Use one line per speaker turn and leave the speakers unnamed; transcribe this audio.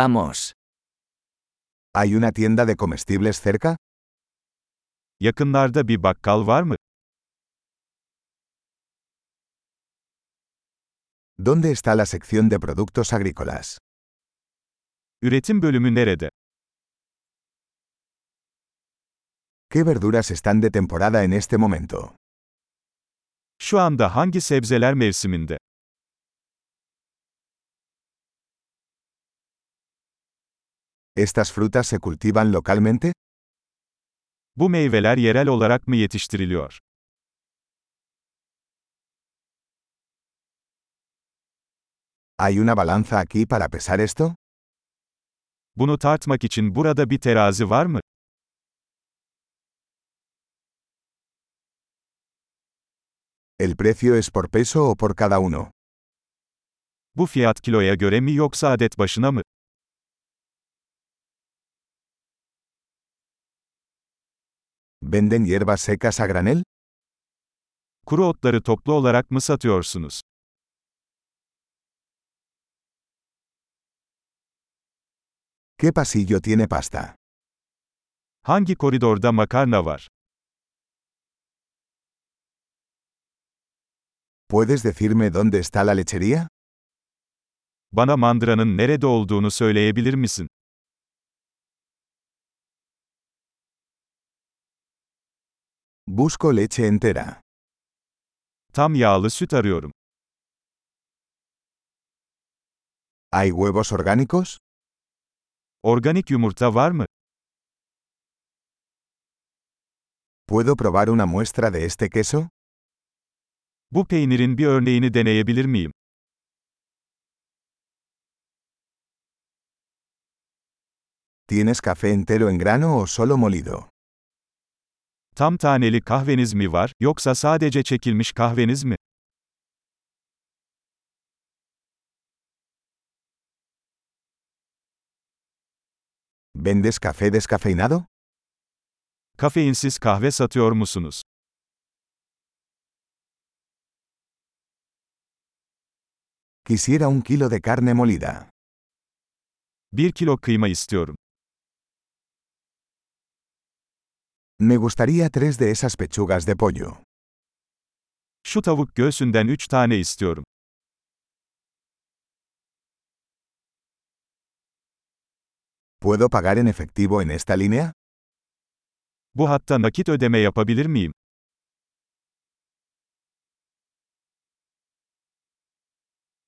Vamos.
¿Hay una tienda de comestibles cerca?
Yakınlarda bir bakkal var mı?
¿Dónde está la sección de productos agrícolas?
Üretim bölümü nerede?
¿Qué verduras están de temporada en este momento?
Şu anda hangi sebzeler mevsiminde?
¿Estas frutas se cultivan localmente?
Bu meyveler yerel olarak mı yetiştiriliyor?
¿Hay una balanza aquí para pesar esto?
Bunu tartmak için burada bir terazi var mı?
¿El precio es por peso o por cada uno?
Bu fiyat kiloya göre mi yoksa adet başına mı?
¿Venden hierbas secas a granel?
Kuru otları toplu olarak mı satıyorsunuz?
¿Qué pasillo tiene pasta?
Hangi koridorda makarna var?
¿Puedes decirme dónde está la lechería?
Bana mandıranın nerede olduğunu söyleyebilir misin?
Busco leche entera.
Tam yağlı süt arıyorum.
¿Hay huevos orgánicos?
Organik yumurta var mı?
¿Puedo probar una muestra de este queso?
Bu peynirin bir örneğini deneyebilir miyim?
¿Tienes café entero en grano o solo molido?
Tam taneli kahveniz mi var, yoksa sadece çekilmiş kahveniz mi?
¿Vendes café descafeinado?
Kafeinsiz kahve satıyor musunuz?
Quisiera un kilo de carne molida.
1 kilo kıyma istiyorum.
Me gustaría tres de esas pechugas de pollo.
Şu tavuk göğsünden 3 tane istiyorum.
¿Puedo pagar en efectivo en esta línea?
Bu hatta nakit ödeme yapabilir miyim?